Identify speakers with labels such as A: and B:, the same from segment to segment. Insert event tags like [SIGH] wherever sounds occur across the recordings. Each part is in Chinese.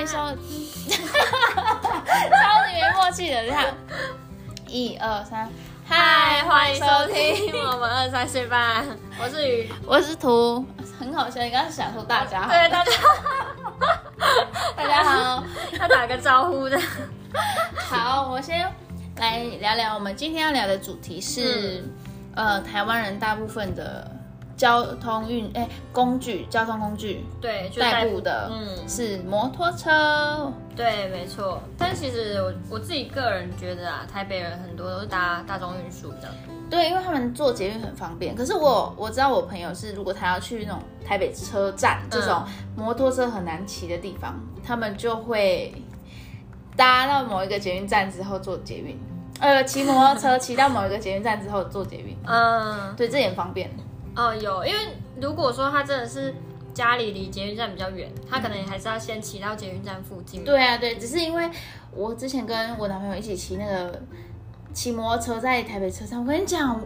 A: 以说，超级没默契的这样，一二三，
B: 嗨，欢迎收听我们二三岁半，我是雨，
A: 我是图，很好笑，你刚刚想说大家好，
B: 对大家，
A: 大家 [LAUGHS] 好，
B: 要打个招
A: [LAUGHS]
B: 呼的，
A: 好，我先来聊聊我们今天要聊的主题是，呃，台湾人大部分的交通运哎、工具，交通工具
B: 对，就
A: 代步的，
B: 嗯，
A: 是摩托车，
B: 对，没错。但其实我我自己个人觉得啊，台北人很多都是搭大众运输比较多，
A: 对，因为他们坐捷运很方便。可是我我知道我朋友是，如果他要去那种台北车站这种摩托车很难骑的地方，他们就会搭到某一个捷运站之后坐捷运，呃，骑摩托车骑到某一个捷运站之后坐捷运。
B: 嗯，
A: 对，这也很方便。
B: 哦，有，因为如果说他真的是家里离捷运站比较远，他可能还是要先骑到捷运站附近，
A: 对啊，对，只是因为我之前跟我男朋友一起骑那个骑摩托车在台北车上，我跟你讲，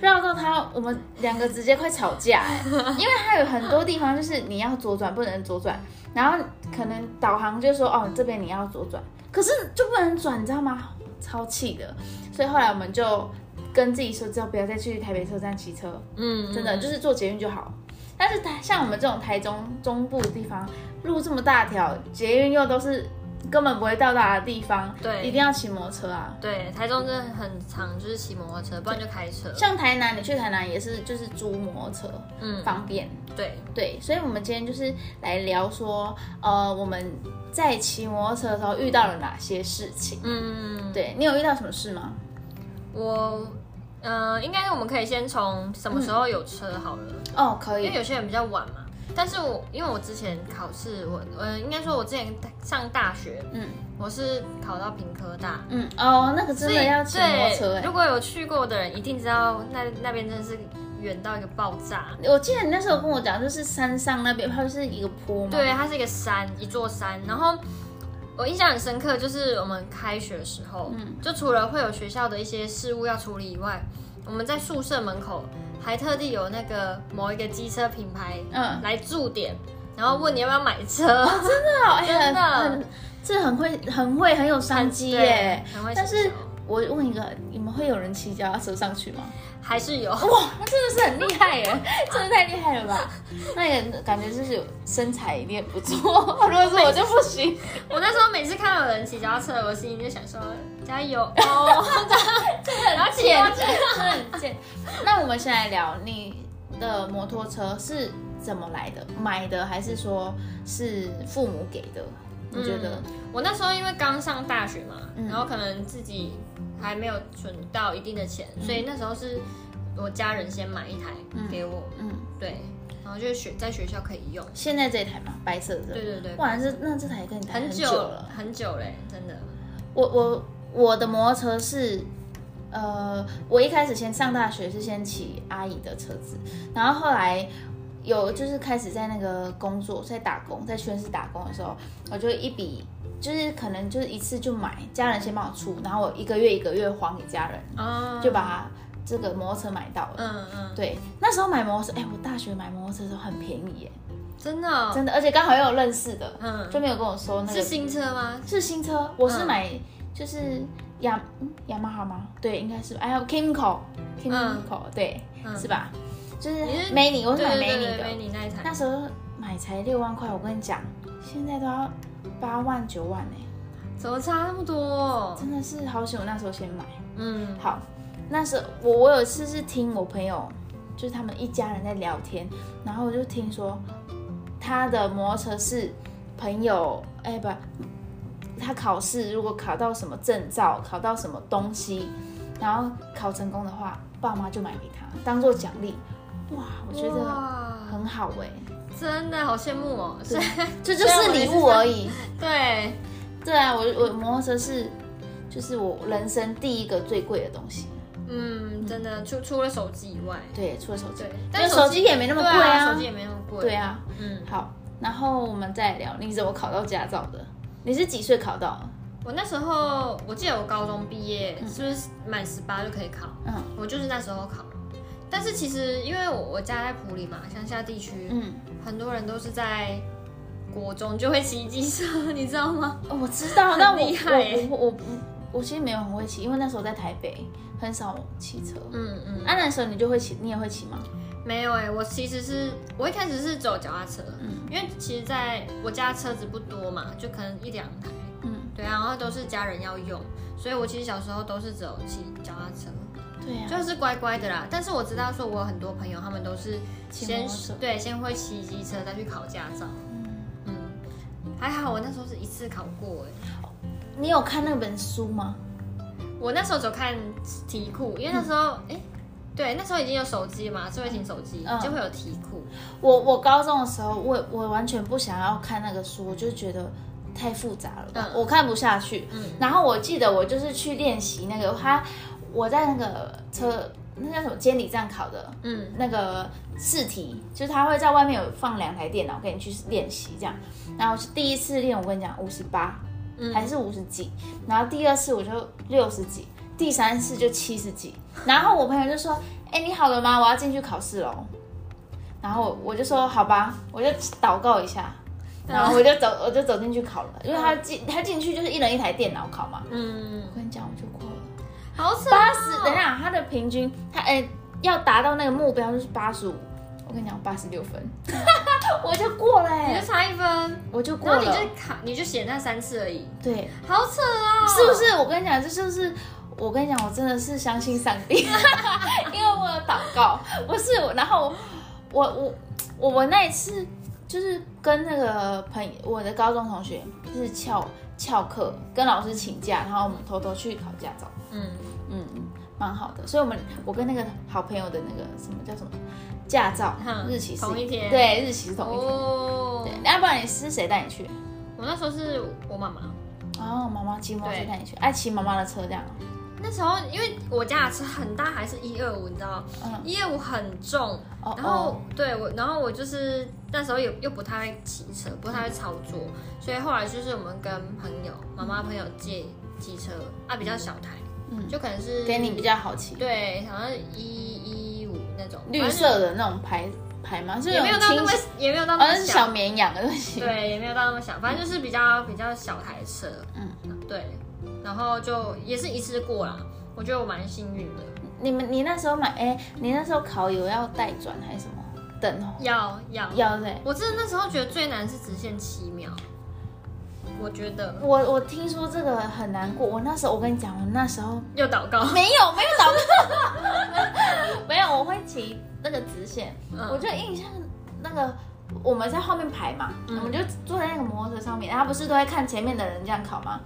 A: 绕到他，我们两个直接快吵架哎、因为他有很多地方就是你要左转不能左转，然后可能导航就说哦这边你要左转，可是就不能转，你知道吗？超气的，所以后来我们就跟自己说，之后不要再去台北车站骑车，
B: 嗯，
A: 真的就是坐捷运就好。但是台像我们这种台中中部的地方，路这么大条，捷运又都是根本不会到达的地方，
B: 对
A: 一定要骑摩托车啊。
B: 对，台中真的很常就是骑摩托车，不然就开车，
A: 像台南，你去台南也是就是租摩托车，
B: 嗯，
A: 方便。
B: 对，
A: 对，所以我们今天就是来聊说，呃，我们在骑摩托车的时候遇到了哪些事情。
B: 嗯。
A: 对你有遇到什么事吗？
B: 我，呃，应该我们可以先从什么时候有车好了，
A: 哦，可
B: 因为
A: 以，
B: 有些人比较晚嘛。但是我因为我之前考试，我呃，应该说我之前上大学，
A: 嗯
B: 我是考到平科大，
A: 嗯，哦，那个真的要骑摩托车哎、
B: 对，如果有去过的人一定知道那那边真的是远到一个爆炸。
A: 我记得你那时候跟我讲，就是山上那边，它就是一个坡嘛。
B: 对，它是一个山，一座山。然后我印象很深刻，就是我们开学的时候，
A: 嗯
B: 就除了会有学校的一些事务要处理以外，我们在宿舍门口还特地有那个某一个机车品牌
A: 嗯，
B: 来驻点，然后问你要不要买车，
A: 哦，哎
B: 真的
A: 很很，这很会，很会，很有商机耶。
B: 对，很会
A: 但
B: 行
A: 是
B: 销
A: 我问一个，你们会有人骑脚踏车上去吗？
B: 还是有，
A: 哇，那真的是很厉害耶， [LAUGHS] 真的太厉害了 [LAUGHS] 吧？那也感觉就是有身材一定也不错。 [LAUGHS] 如果是我就不 [LAUGHS] 行，
B: 我那时候每次看到有人骑脚踏车，我心里就想说加
A: [LAUGHS]
B: 油哦，然后骑
A: 贱
B: 过，去
A: 真的很贱。那我们先来聊你的摩托车是怎么来的，买的还是说是父母给的？你觉得？
B: 我那时候因为刚上大学嘛，
A: 嗯
B: 然后可能自己还没有存到一定的钱，
A: 嗯
B: 所以那时候是我家人先买一台给我，
A: 嗯，
B: 对，然后就是学在学校可以用。
A: 现在这一台嘛，白色的。
B: 对对对，
A: 哇，这那这台也跟你谈
B: 很
A: 久
B: 久
A: 了。
B: 很久嘞，真的。
A: 我我我的摩托车是，呃，我一开始先上大学是先骑阿姨的车子，然后后来有就是开始在那个工作，在打工，在全市打工的时候，我就一笔就是可能就是一次就买，家人先帮我出，然后我一个月一个月还给家人，
B: 哦，
A: 就把这个摩托车买到了。
B: 嗯嗯，
A: 对，那时候买摩托车，哎、我大学买摩托车的时候很便宜耶，
B: 真的哦，
A: 真的，而且刚好又有认识的，
B: 嗯，
A: 就没有跟我收那个
B: 是新车吗？
A: 是新车，
B: 嗯
A: 我是买就是雅嗯雅马哈吗？对，应该是吧。哎有 Kimco Kimco，、对，
B: 嗯
A: 是吧？就是
B: 你是
A: Many，我
B: 对
A: 是买
B: 对对
A: Many
B: 对
A: 的。
B: ，mini 那一台，
A: 那时候买才六万块，我跟你讲，现在都要八万九万呢、
B: 怎么差那么多哦？
A: 真的是好险！我那时候先买。
B: 嗯
A: 好，那时候我我有一次是听我朋友，就是他们一家人在聊天，然后我就听说他的摩托车是朋友，哎、不，他考试如果考到什么证照，考到什么东西，然后考成功的话，爸妈就买给他当做奖励。哇，我觉得
B: 哇，
A: 很好哎、
B: [LAUGHS] 真的好羡慕哦。是，
A: 这就是礼物而已。
B: [LAUGHS] 对，
A: 对啊，我我摩托车是就是我人生第一个最贵的东西。
B: 嗯，真的，除除了手机以外，
A: 对，除了手机
B: 对，，
A: 但手机也没那么贵
B: 对啊，
A: 啊
B: 手机。也没那么贵，
A: 对，啊，
B: 嗯，
A: 好，然后我们再聊你怎么考到驾照的？你是几岁考到的？
B: 我那时候我记得我高中毕业，是不是满十八就可以考？
A: 嗯
B: 我就是那时候考，但是其实因为我我家在普里嘛，乡下地区，
A: 嗯，
B: 很多人都是在国中就会骑机车， [LAUGHS] 你知道吗？
A: 哦，我知道，但我
B: 很厉害耶
A: 我我我我我其实没有很会骑，因为那时候在台北很少骑车。
B: 嗯嗯，
A: 啊，那时候你就会骑，你也会骑吗？
B: 没有哎、我其实是我一开始是走脚踏车，因为其实在我家车子不多嘛，就可能一两台，
A: 嗯，
B: 对啊，然后都是家人要用，所以我其实小时候都是只有骑脚踏车，
A: 对啊呀、
B: 就是乖乖的啦。但是我知道说，我有很多朋友他们都是
A: 骑
B: 先
A: 摩托车
B: 对先会骑机车，再去考驾照。嗯，还好我那时候是一次考过哎、
A: 你有看那本书吗？
B: 我那时候只有看题库，因为那时候哎、对，那时候已经有手机嘛，智慧型手机、
A: 嗯
B: 就会有题库。
A: 我我高中的时候，我我完全不想要看那个书，我就觉得太复杂了吧，
B: 嗯
A: 我看不下去。
B: 嗯
A: 然后我记得我就是去练习那个他，我在那个车那叫什么监理站考的
B: 嗯
A: 那个试题，就是他会在外面有放两台电脑给你去练习这样。然后我是第一次练，我跟你讲五十八
B: 嗯，
A: 还是五十几，然后第二次我就六十几，第三次就七十几。然后我朋友就说：“哎、你好了吗？我要进去考试喽。”然后我就说：“好吧，我就祷告一下。”然后我就走，我就走进去考了，因为他进他进去就是一人一台电脑考嘛。
B: 嗯，
A: 我跟你讲，我就过了
B: 好扯、啊
A: 八十。等一下，他的平均，他哎、要达到那个目标就是八十五。我跟你讲，八十六分， [LAUGHS] 我就过了、
B: 你
A: 哎
B: 就差一分，
A: 我就过
B: 然后
A: 了。
B: 你就考，你就写那三次而已，
A: 对，
B: 好扯啊、
A: 哦是不？是？我跟你讲，这就是我跟你讲，我真的是相信上 [LAUGHS] 帝，因为我有祷告，不是。然后我我我我那一次就是跟那个朋友，我的高中同学就是翘翘课，跟老师请假，然后我们偷偷去考驾照，
B: 嗯，
A: 嗯，蛮好的。所以我们我跟那个好朋友的那个什么叫什么驾照
B: 哼
A: 日期是
B: 同一天
A: 对，日期是同一天。
B: 哦，
A: 对，要不然你是谁带你去？
B: 我那时候是我妈妈，
A: 哦，妈妈骑摩托车
B: 对
A: 带你去，爱骑妈妈的车这样。
B: 那时候因为我家的车很大，还是一二五，你知道吗？
A: 嗯，
B: 一二五很重，
A: 哦
B: 然
A: 哦
B: 后对我，然后我就是那时候又又不太会骑车，不太会操作，所以后来就是我们跟朋友、妈妈朋友借机车啊，比较小台，
A: 嗯
B: 就可能是
A: 给你比较好骑，
B: 对，好像一一五那种
A: 绿，色的那种牌牌吗？
B: 反正
A: 是
B: 嗯也没有到那
A: 种
B: 么
A: 青
B: 也没有到
A: 好
B: 那
A: 像
B: 么
A: 哦是小绵羊的东西。
B: 对，也没有到那么小，反正就是比较比较小台车，嗯，对，然后就也是一次过啦，我觉得我蛮幸运的，
A: 你们你那时候买，哎、你那时候考有要带转还是什么等哦？
B: 要要，
A: 要对。
B: 我真的那时候觉得最难是直线七秒，我觉得
A: 我我听说这个很难过，我那时候我跟你讲，我那时候
B: 又祷
A: [LAUGHS]
B: 告，
A: 没有没有倒
B: [LAUGHS]
A: 过，没有，我会骑那个直线，
B: 嗯
A: 我就印象那个。我们在后面排嘛，
B: 嗯
A: 我们就坐在那个摩托车上面，然后不是都在看前面的人这样考吗？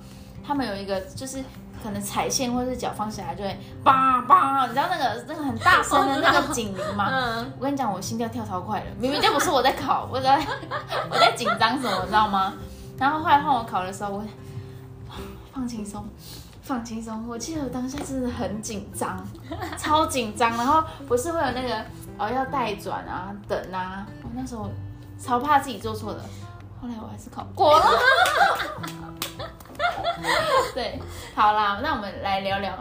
A: 他们有一个就是可能踩线或者是脚放下来就会叭叭，你知道那个那个很大声的
B: 我知道
A: 那个警铃吗？
B: 嗯，
A: 我跟你讲，我心跳跳超快的，明明就不是我在考，我在我在紧张什么，你知道吗？然后后来换我考的时候，我放轻松，放轻松。我记得我当下真的很紧张，超紧张。然后不是会有那个哦要带转啊、等啊，我那时候超怕自己做错的。后来我还是考过了。对，好啦，那我们来聊聊。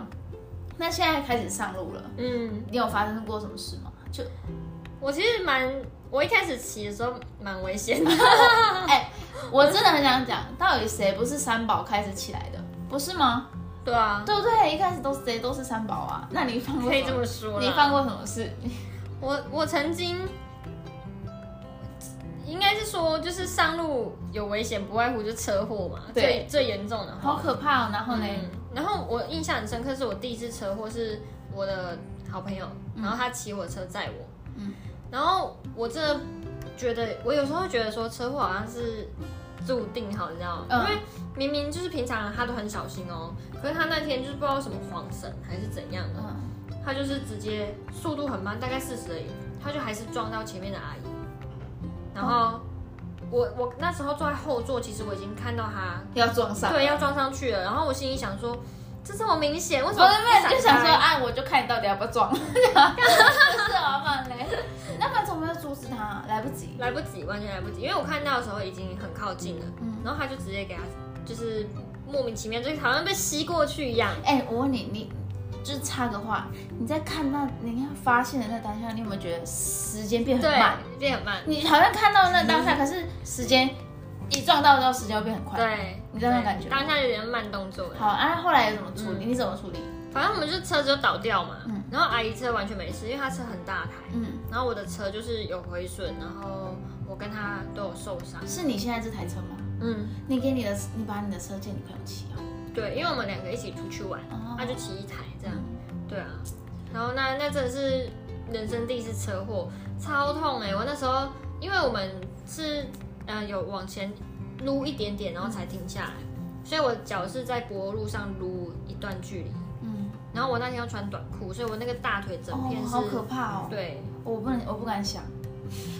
A: 那现在开始上路了，
B: 嗯，
A: 你有发生过什么事吗？就
B: 我其实蛮，我一开始骑的时候蛮危险的，
A: 哎、我真的很想讲，到底谁不是三宝开始起来的，不是吗？
B: 对啊，
A: [LAUGHS] 对不对？一开始都谁都是三宝啊？那你犯过
B: 可以这么
A: 说？
B: 说啦，
A: 你犯过什么事？
B: 我我曾经，应该是说就是上路有危险，不外乎就车祸嘛，最
A: 对
B: 最严重的
A: 好
B: 话。
A: 可怕哦！然后呢？
B: 嗯，然后我印象很深刻，是我第一次车祸是我的好朋友，然后他骑我车载我，
A: 嗯
B: 然后我真的觉得，我有时候会觉得说车祸好像是注定好，你知道吗？
A: 嗯
B: 因为明明就是平常他都很小心哦，可是他那天就是不知道什么慌神还是怎样的，
A: 嗯，
B: 他就是直接速度很慢，大概四十而已，他就还是撞到前面的阿姨。然后我我那时候坐在后座，其实我已经看到他
A: 要撞上。
B: 对要撞上去了，然后我心里想说，这这么明显，为什
A: 不
B: 么
A: 是不
B: 闪
A: 是，
B: 开
A: 就想说，啊，我就看你到底要不要
B: [LAUGHS]
A: 撞，不是啊，不然嘞，那他怎么没有阻止他？来不及。
B: 来不及，完全来不及，因为我看到的时候已经很靠近了，
A: 嗯
B: 然后他就直接给他就是莫名其妙，就是好像被吸过去一样。
A: 哎、我问你，你就是插个话，你在看那，你看发现的那当下，你有没有觉得时间变很
B: 对
A: 慢？，
B: 变很慢，
A: 你好像看到那当下，可是时间一撞到之后时间会变很快。
B: 对，
A: 你知道那种感觉吗
B: 当下有点慢动作的。
A: 好啊，后来有怎么处
B: 嗯
A: 理？你怎么处理？
B: 反正我们就车子就倒掉嘛，然后阿姨车完全没事，因为她车很大台，
A: 嗯，
B: 然后我的车就是有回损，然后我跟她都有受伤，
A: 是你现在这台车吗？
B: 嗯，
A: 你给你的，你把你的车借你朋友骑啊。
B: 对，因为我们两个一起出去玩，
A: 哦嗯
B: 她、就骑一台这样，对啊，然后那那真的是人生第一次车祸，超痛哎、我那时候因为我们是呃有往前撸一点点，然后才停下来，所以我脚是在柏油路上撸一段距离，
A: 嗯，
B: 然后我那天要穿短裤，所以我那个大腿整片
A: 哦，
B: 是，
A: 好可怕哦！
B: 对。
A: 我不能，我不敢想。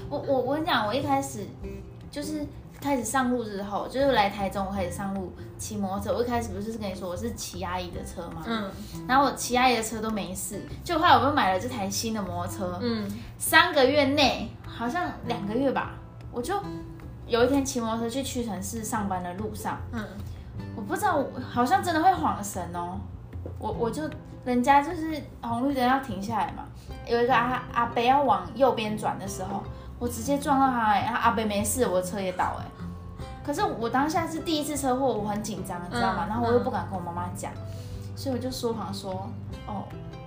A: 我我我跟你讲，我一开始就是开始上路之后，就是来台中，我开始上路骑摩托车。我一开始不是跟你说我是骑阿姨的车吗？
B: 嗯
A: 然后我骑阿姨的车都没事，就后来我又买了这台新的摩托车，
B: 嗯，
A: 三个月内好像两个月吧，我就有一天骑摩托车去屈臣氏上班的路上，
B: 嗯，
A: 我不知道，我好像真的会晃神哦。我我就人家就是红绿灯要停下来嘛，有一个阿阿伯要往右边转的时候，我直接撞到他、哎，阿阿伯没事，我车也倒哎、可是我当下是第一次车祸，我很紧张，你知道吗？
B: 嗯
A: 然后我又不敢跟我妈妈讲，所以我就说谎说，哦，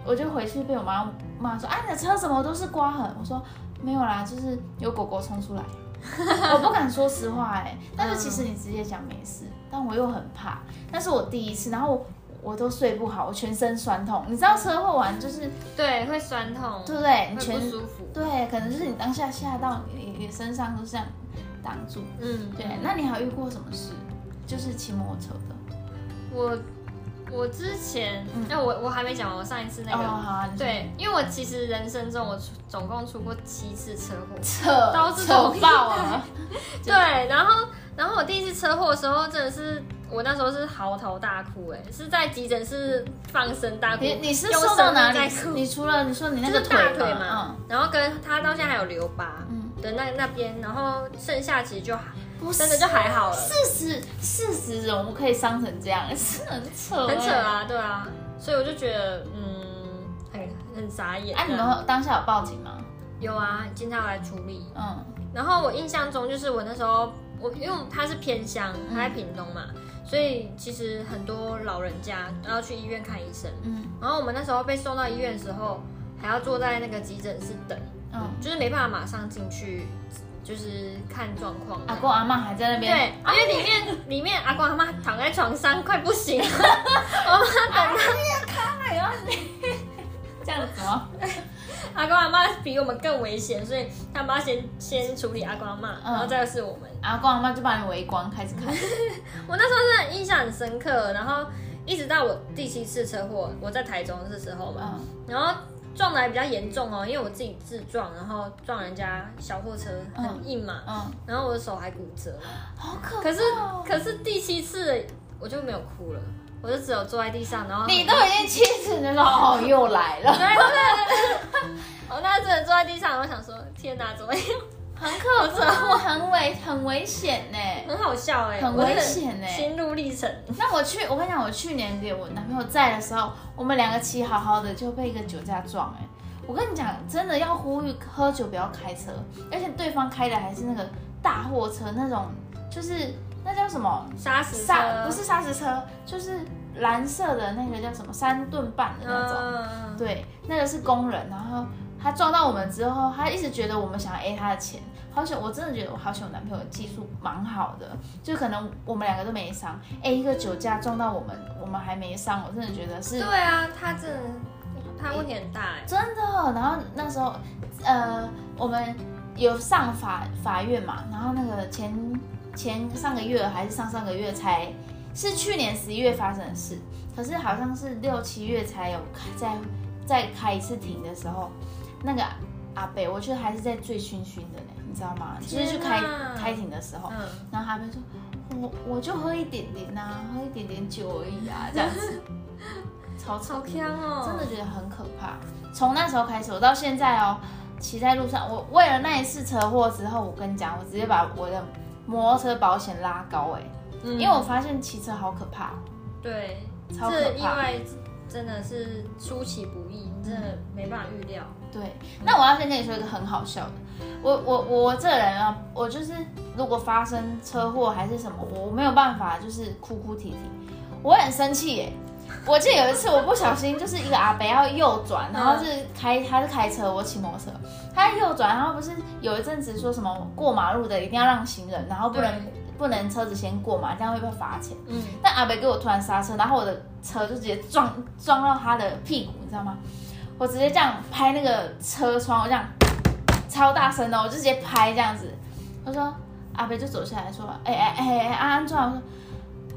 A: 我就回去被我妈骂说，啊，你的车怎么都是刮痕？我说没有啦，就是有狗狗冲出来。 [LAUGHS] 我不敢说实话哎、但是其
B: 嗯
A: 实你直接讲没事，但我又很怕，那是我第一次，然后我我都睡不好，我全身酸痛，你知道车祸完就是
B: 对，会酸痛，
A: 对不对？
B: 会
A: 你
B: 不
A: 全
B: 舒服。
A: 对，可能就是你当下吓到你你你身上都是这样挡住。
B: 嗯，
A: 对，那你还有遇过什么事？就是骑摩托车的。
B: 我我之前，那、我我还没讲完，我上一次那个，
A: 嗯哦，好啊，你说，
B: 对，因为我其实人生中我出总共出过七次车祸， [LAUGHS]
A: 扯
B: 刀子
A: 扯
B: 捅屁
A: 爆
B: [LAUGHS]
A: 啊！
B: 对，然后然后我第一次车祸的时候，真的是我那时候是嚎啕大哭、哎，是在急诊室放声大哭，
A: 你你是
B: 用
A: 受到
B: 生命
A: 哪
B: 在
A: 里
B: 哭？？
A: 你除了你说你那
B: 就
A: 个
B: 是大
A: 腿
B: 腿嘛，然后跟他到现在还有留疤
A: 嗯
B: 的那那边，然后剩下其实就还
A: 嗯，不是
B: 真的就还好了。
A: 四十四十人物可以伤成这样， [LAUGHS] 是很扯，
B: 很扯！啊，对啊，所以我就觉得，嗯，很很傻眼。啊
A: 哎，你们当下有报警吗？
B: 有啊，警察有来处理。
A: 嗯
B: 然后我印象中就是我那时候，我因为他是偏乡，他在屏东嘛，
A: 嗯
B: 所以其实很多老人家都要去医院看医生。
A: 嗯
B: 然后我们那时候被送到医院的时候，还要坐在那个急诊室等，
A: 嗯，
B: 就是没办法马上进去，就是看状况。
A: 阿公阿妈还在那
B: 对，
A: 边，啊
B: 因为里面里面阿公阿妈躺在床上快
A: [LAUGHS]
B: 不行了，我妈等
A: 哎呀， [LAUGHS] 这样子吗？
B: 阿公阿妈比我们更危险，所以他妈先先处理阿公阿妈，
A: 嗯
B: 然后再是我们。
A: 阿公阿妈就把你围观，开始看。
B: 我那时候真的印象很深刻，然后一直到我第七次车祸，我在台中的时候嘛，
A: 嗯
B: 然后撞的还比较严重哦，因为我自己自撞，然后撞人家小货车很硬嘛，
A: 嗯，
B: 然后我的手还骨折。
A: 好可
B: 可是
A: 哦
B: 可是第七次我就没有哭了，我就只有坐在地上，然后
A: 你都已经七十了，哦，又来 [LAUGHS] 了，
B: 我那时候只能坐在地上，我想说天哪，怎么样？
A: 很可怕，很危很危险呢。
B: 很好笑哎、
A: 很
B: 我真的
A: 危险欸
B: 心路历程。
A: [LAUGHS] 那我去，我跟你讲，我去年给我男朋友在的时候，我们两个骑好好的就被一个酒驾撞，哎，我跟你讲，真的要呼吁喝酒不要开车，而且对方开的还是那个大货车那种，就是那叫什么
B: 杀死车
A: 砂，不是砂石车，就是蓝色的那个叫什么三吨半的那种。
B: 嗯，
A: 对，那个是工人，然后他撞到我们之后，他一直觉得我们想要 A 他的钱，好险！我真的觉得我好险，我男朋友技术蛮好的，就可能我们两个都没伤，哎，一个酒驾撞到我们，我们还没伤，我真的觉得是
B: 对啊，他真的，他问题很大哎、
A: 真的。哦然后那时候，呃，我们有上法法院嘛，然后那个前前上个月还是上上个月才，是去年十一月发生的事，可是好像是六七月才有开再再开一次庭的时候，那个阿北，我觉得还是在醉醺醺的呢，你知道吗？就是去开
B: 天哪
A: 开庭的时候，
B: 嗯，
A: 然后阿北说，我我就喝一点点呐、喝一点点酒而已啊，这样
B: [LAUGHS]
A: 子，超
B: 好强哦、
A: 真的觉得很可怕。从那时候开始，我到现在哦，骑在路上，我为了那一次车祸之后，我跟你讲，我直接把我的摩托车保险拉高哎、
B: 嗯，
A: 因为我发现骑车好可怕，
B: 对，
A: 超
B: 这
A: 可
B: 意
A: 怕。
B: 外真的是出其不意，真的没办法预料。
A: 对，那我要先跟你说一个很好笑的，我我我这人啊，我就是如果发生车祸还是什么，我没有办法就是哭哭啼啼，我会很生气耶、我记得有一次我不小心就是一个阿伯要右转，然后是开他是开车，我骑摩托车，他右转，然后不是有一阵子说什么过马路的一定要让行人，然后不能
B: 对
A: 不能车子先过嘛，这样会被罚钱。
B: 嗯，
A: 但阿北给我突然刹车，然后我的车就直接撞撞到他的屁股，你知道吗？我直接这样拍那个车窗，我这样超大声的，我就直接拍这样子。他说阿北就走下来说，哎哎哎哎，安安撞！我说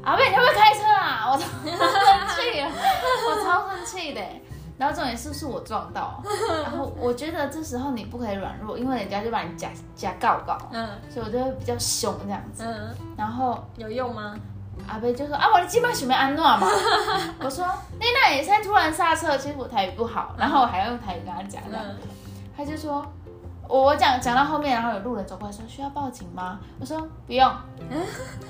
A: 阿北你会不会开车啊？我超 [LAUGHS] 生气了，我超生气的。欸然后重点是不是我撞到？然后我觉得这时候你不可以软弱，因为人家就把你夹夹告告，
B: 嗯
A: 所以我就会比较凶这样子。
B: 嗯，
A: 然后
B: 有用吗？
A: 阿贝就说啊，我的鸡巴喜欢安诺嘛。我说那那你现在突然刹车，其实我台语不好，然后我还要用台语跟他讲这样
B: 嗯，
A: 他就说，我我讲讲到后面，然后有路人走过来说需要报警吗？我说不用。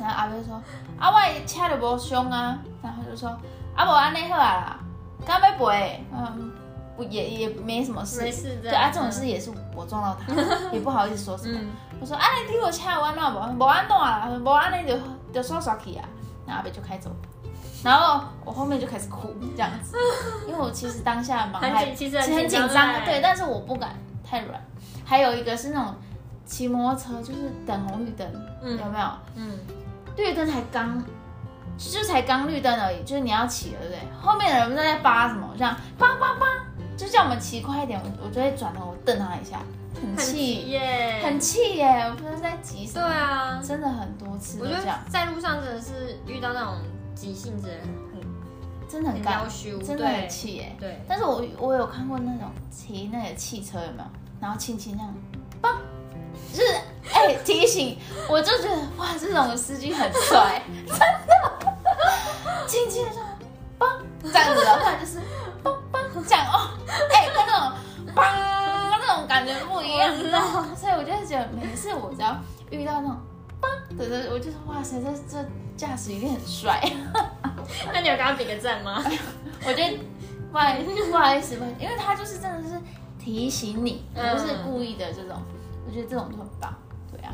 A: 然后阿贝说啊，我的车就无凶啊。然后他就说啊，我安内好啊啦，干杯不会，嗯，不也也没什么事。
B: 没事嗯的。
A: 对啊，这种事也是我撞到他，也不好意思说什么。
B: 嗯，
A: 我说啊，你我车有安怎无？无安怎啊？无安尼就就刷刷去啊。那阿伯就开走，然后我后面就开始哭这样
B: [LAUGHS]
A: 子，因为我其实当下蛮
B: 很
A: 害，
B: 紧，其实
A: 其实很紧
B: 紧哎
A: 张
B: 对
A: 的，
B: 不
A: 对，，但是我不敢太软。还有一个是那种骑摩托车，就是等红绿灯，有
B: 嗯
A: 没有？
B: 嗯，
A: 绿灯才刚，就才刚绿灯而已，就是你要骑了，对不对？后面的人在在扒什么，这样扒扒扒，就叫我们骑快一点，我我就会转头我瞪他一下，很
B: 很
A: 气
B: 急，耶，
A: 很气耶！我不知道在急什
B: 对
A: 么。
B: 啊。
A: 真的很多次都
B: 我觉
A: 这样
B: 得，在路上真的是遇到那种急性子的人
A: 真的
B: 很
A: 很
B: 要
A: 干，
B: 羞，
A: 真的很
B: 对
A: 气耶、
B: 对，
A: 但是我我有看过那种骑那个汽车有没有，然后轻轻这样，棒，就是哎、提醒，我就觉得哇，这种司机很帅，真的，轻轻的这样，棒，这样子的话就是棒棒这样哦，哎、跟那种棒那种感觉不一样，你知道吗？所哦以我就觉得每次我只要遇到那种棒的人，我就说哇塞，这这驾驶一定很帅。
B: 那你有跟他比个赞吗？
A: 我觉得不好意思，不好意思，不好意思因为他就是真的是提醒你，不
B: 嗯
A: 是故意的这种，我觉得这种就很棒，对啊，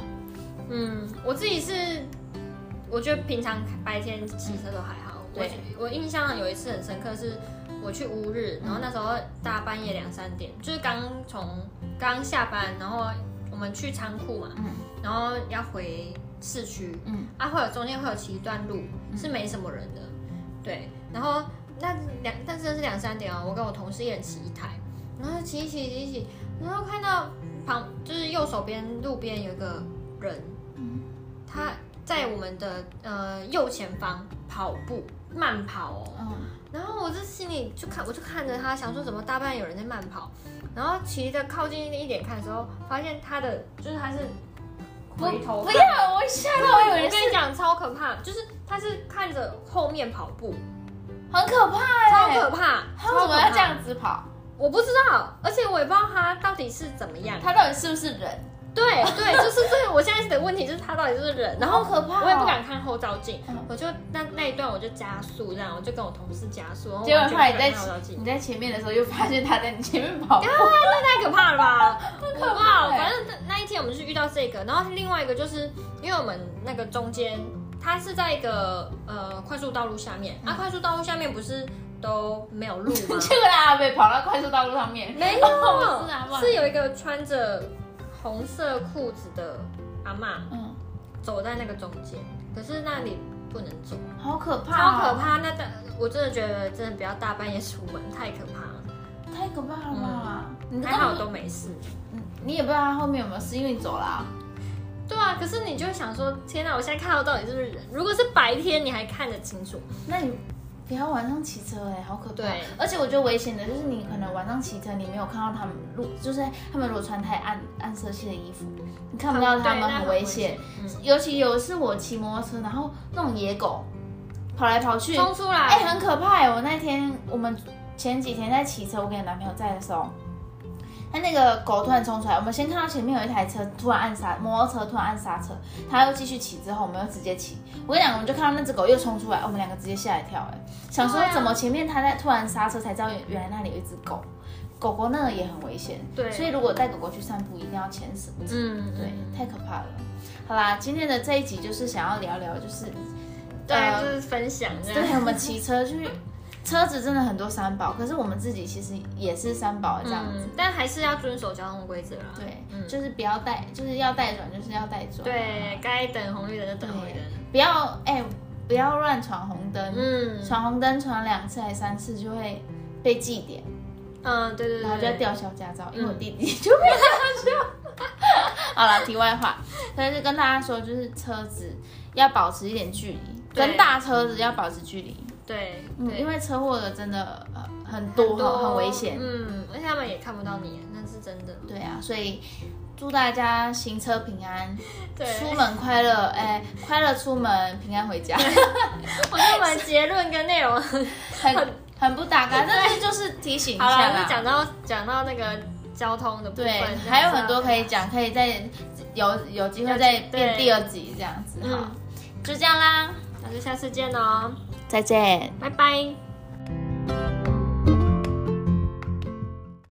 B: 嗯，我自己是，我觉得平常白天骑车都还好。我
A: 对
B: 我印象有一次很深刻是，我去乌日，然后那时候大半夜两三
A: 嗯
B: 点，就是刚从刚下班，然后我们去仓库嘛，
A: 嗯
B: 然后要回市区，
A: 嗯
B: 啊，会有中间会有骑一段路是没什么人的，对。然后那两，但是是两三点哦，我跟我同事一人骑一台，然后骑一骑骑一骑，然后看到旁就是右手边路边有一个人，
A: 嗯
B: 他在我们的呃右前方跑步慢跑哦，
A: 嗯，
B: 然后我就心里就看，我就看着他，想说怎么大半夜有人在慢跑，然后骑的靠近一点看的时候，发现他的就是他是回头
A: 不
B: 看
A: 要，我吓到我以
B: 我
A: 为
B: 跟
A: 是
B: 你讲，超可怕，就是他是看着后面跑步，
A: 很可怕
B: 超
A: 哎、
B: 可怕，
A: 他为什
B: 超可
A: 么要
B: 怕。
A: 这样子跑？
B: 我不知道，而且我也不知道他到底是怎么样。
A: 他到底是不是人？
B: 对对，就是这个。我现在的问题就是他到底是不是人，然后
A: 好可怕哦
B: 我也不敢看后照镜
A: 嗯，
B: 我就那那一段我就加速，这样我就跟我同事加速，然后
A: 结果
B: 完全
A: 后
B: 不
A: 来
B: 敢
A: 你在
B: 看后照镜
A: 你，在前面的时候，又发现他在你前面
B: [LAUGHS]
A: 跑步，
B: 太可怕了吧？
A: 可
B: 好不
A: 怕
B: 好？
A: 欸
B: 反正那那一天我们是遇到这个，然后另外一个就是因为我们那个中间，它是在一个呃快速道路下面，
A: 嗯
B: 啊，快速道路下面不是都没有路
A: [LAUGHS]
B: 吗？
A: 结果他啊被跑到快速道路上面，
B: 没
A: 哦不是啊不
B: 有，
A: 然
B: [LAUGHS] 是有一个穿着红色裤子的阿嬷
A: 嗯，
B: 走在那个中间，可是那里不能走，
A: 好可怕、啊
B: 超可，怕。那大我真的觉得真的不要大半夜出门，太可怕了。
A: 太可怕了吧？你
B: 还好
A: 根本
B: 都没事。
A: 嗯你也不知道他后面有没有事，因为你走了、啊。
B: 对啊，可是你就会想说，天哪，我现在看到到底是不是人？如果是白天，你还看得清楚。
A: 那你不要晚上骑车哎、好可怕！
B: 对
A: 而且我觉得危险的就是你可能晚上骑车，你没有看到他们路，就是他们如果穿太暗暗色系的衣服，你看不到他们，
B: 对那
A: 很危险。。
B: 嗯，
A: 尤其有一次我骑摩托车，然后那种野狗跑来跑去，
B: 嗯冲出来，
A: 哎、很可怕哎、我那天我们前几天在骑车，我跟我男朋友在的时候，他那个狗突然冲出来，我们先看到前面有一台车突然按刹，摩托车突然按刹车，他又继续骑，之后我们又直接骑。欸我跟你讲，我们就看到那只狗又冲出来，我们两个直接吓一跳哎、想说
B: 对啊
A: 怎么前面他在突然刹车才知道原原来那里有一只狗。狗狗那个也很危险，
B: 对
A: 所以如果带狗狗去散步，一定要牵绳子，
B: 嗯，
A: 对，
B: 嗯
A: 太可怕了。好啦，今天的这一集就是想要聊聊，就是呃
B: 对，啊就是分享这
A: 对
B: 样。
A: 我们骑车去，车子真的很多三宝，可是我们自己其实也是三宝这样子。
B: 嗯，但还是要遵守交通规则啦。
A: 对，
B: 嗯
A: 就是不要带，就是要带转，就是要带转。
B: 对，该等红绿灯就
A: 对
B: 等红绿灯。
A: 不要哎、不要乱闯红灯。
B: 嗯
A: 闯红灯闯两次还三次就会被记点，
B: 嗯，对对
A: 然后
B: 对，
A: 就要
B: 嗯
A: 吊销驾照，因为我弟弟就被吊销。好了，题外话，但是跟大家说，就是车子要保持一点距离，
B: 对
A: 跟大车子要保持距离，
B: 对
A: 嗯，
B: 对，
A: 因为车祸的真的呃很多很很危险，
B: 哦
A: 嗯
B: 嗯，而且他们也看不到你，那是真的。
A: 对啊，所以祝大家行车平安，
B: 对，
A: 出门快乐，哎、快乐出门，平安回家，
B: 我觉得我们结论跟内容，
A: [LAUGHS] 很很不搭嘎，但是就是提醒一下
B: 好了，
A: 啦
B: 那。讲到讲到那个交通的部分，
A: 对，
B: 就是
A: 还有很多可以讲，可以再有有机会再变
B: 对
A: 第二集这样子，好
B: 嗯，
A: 就这样啦，
B: 那就下次见喽，
A: 再见。
B: 拜拜。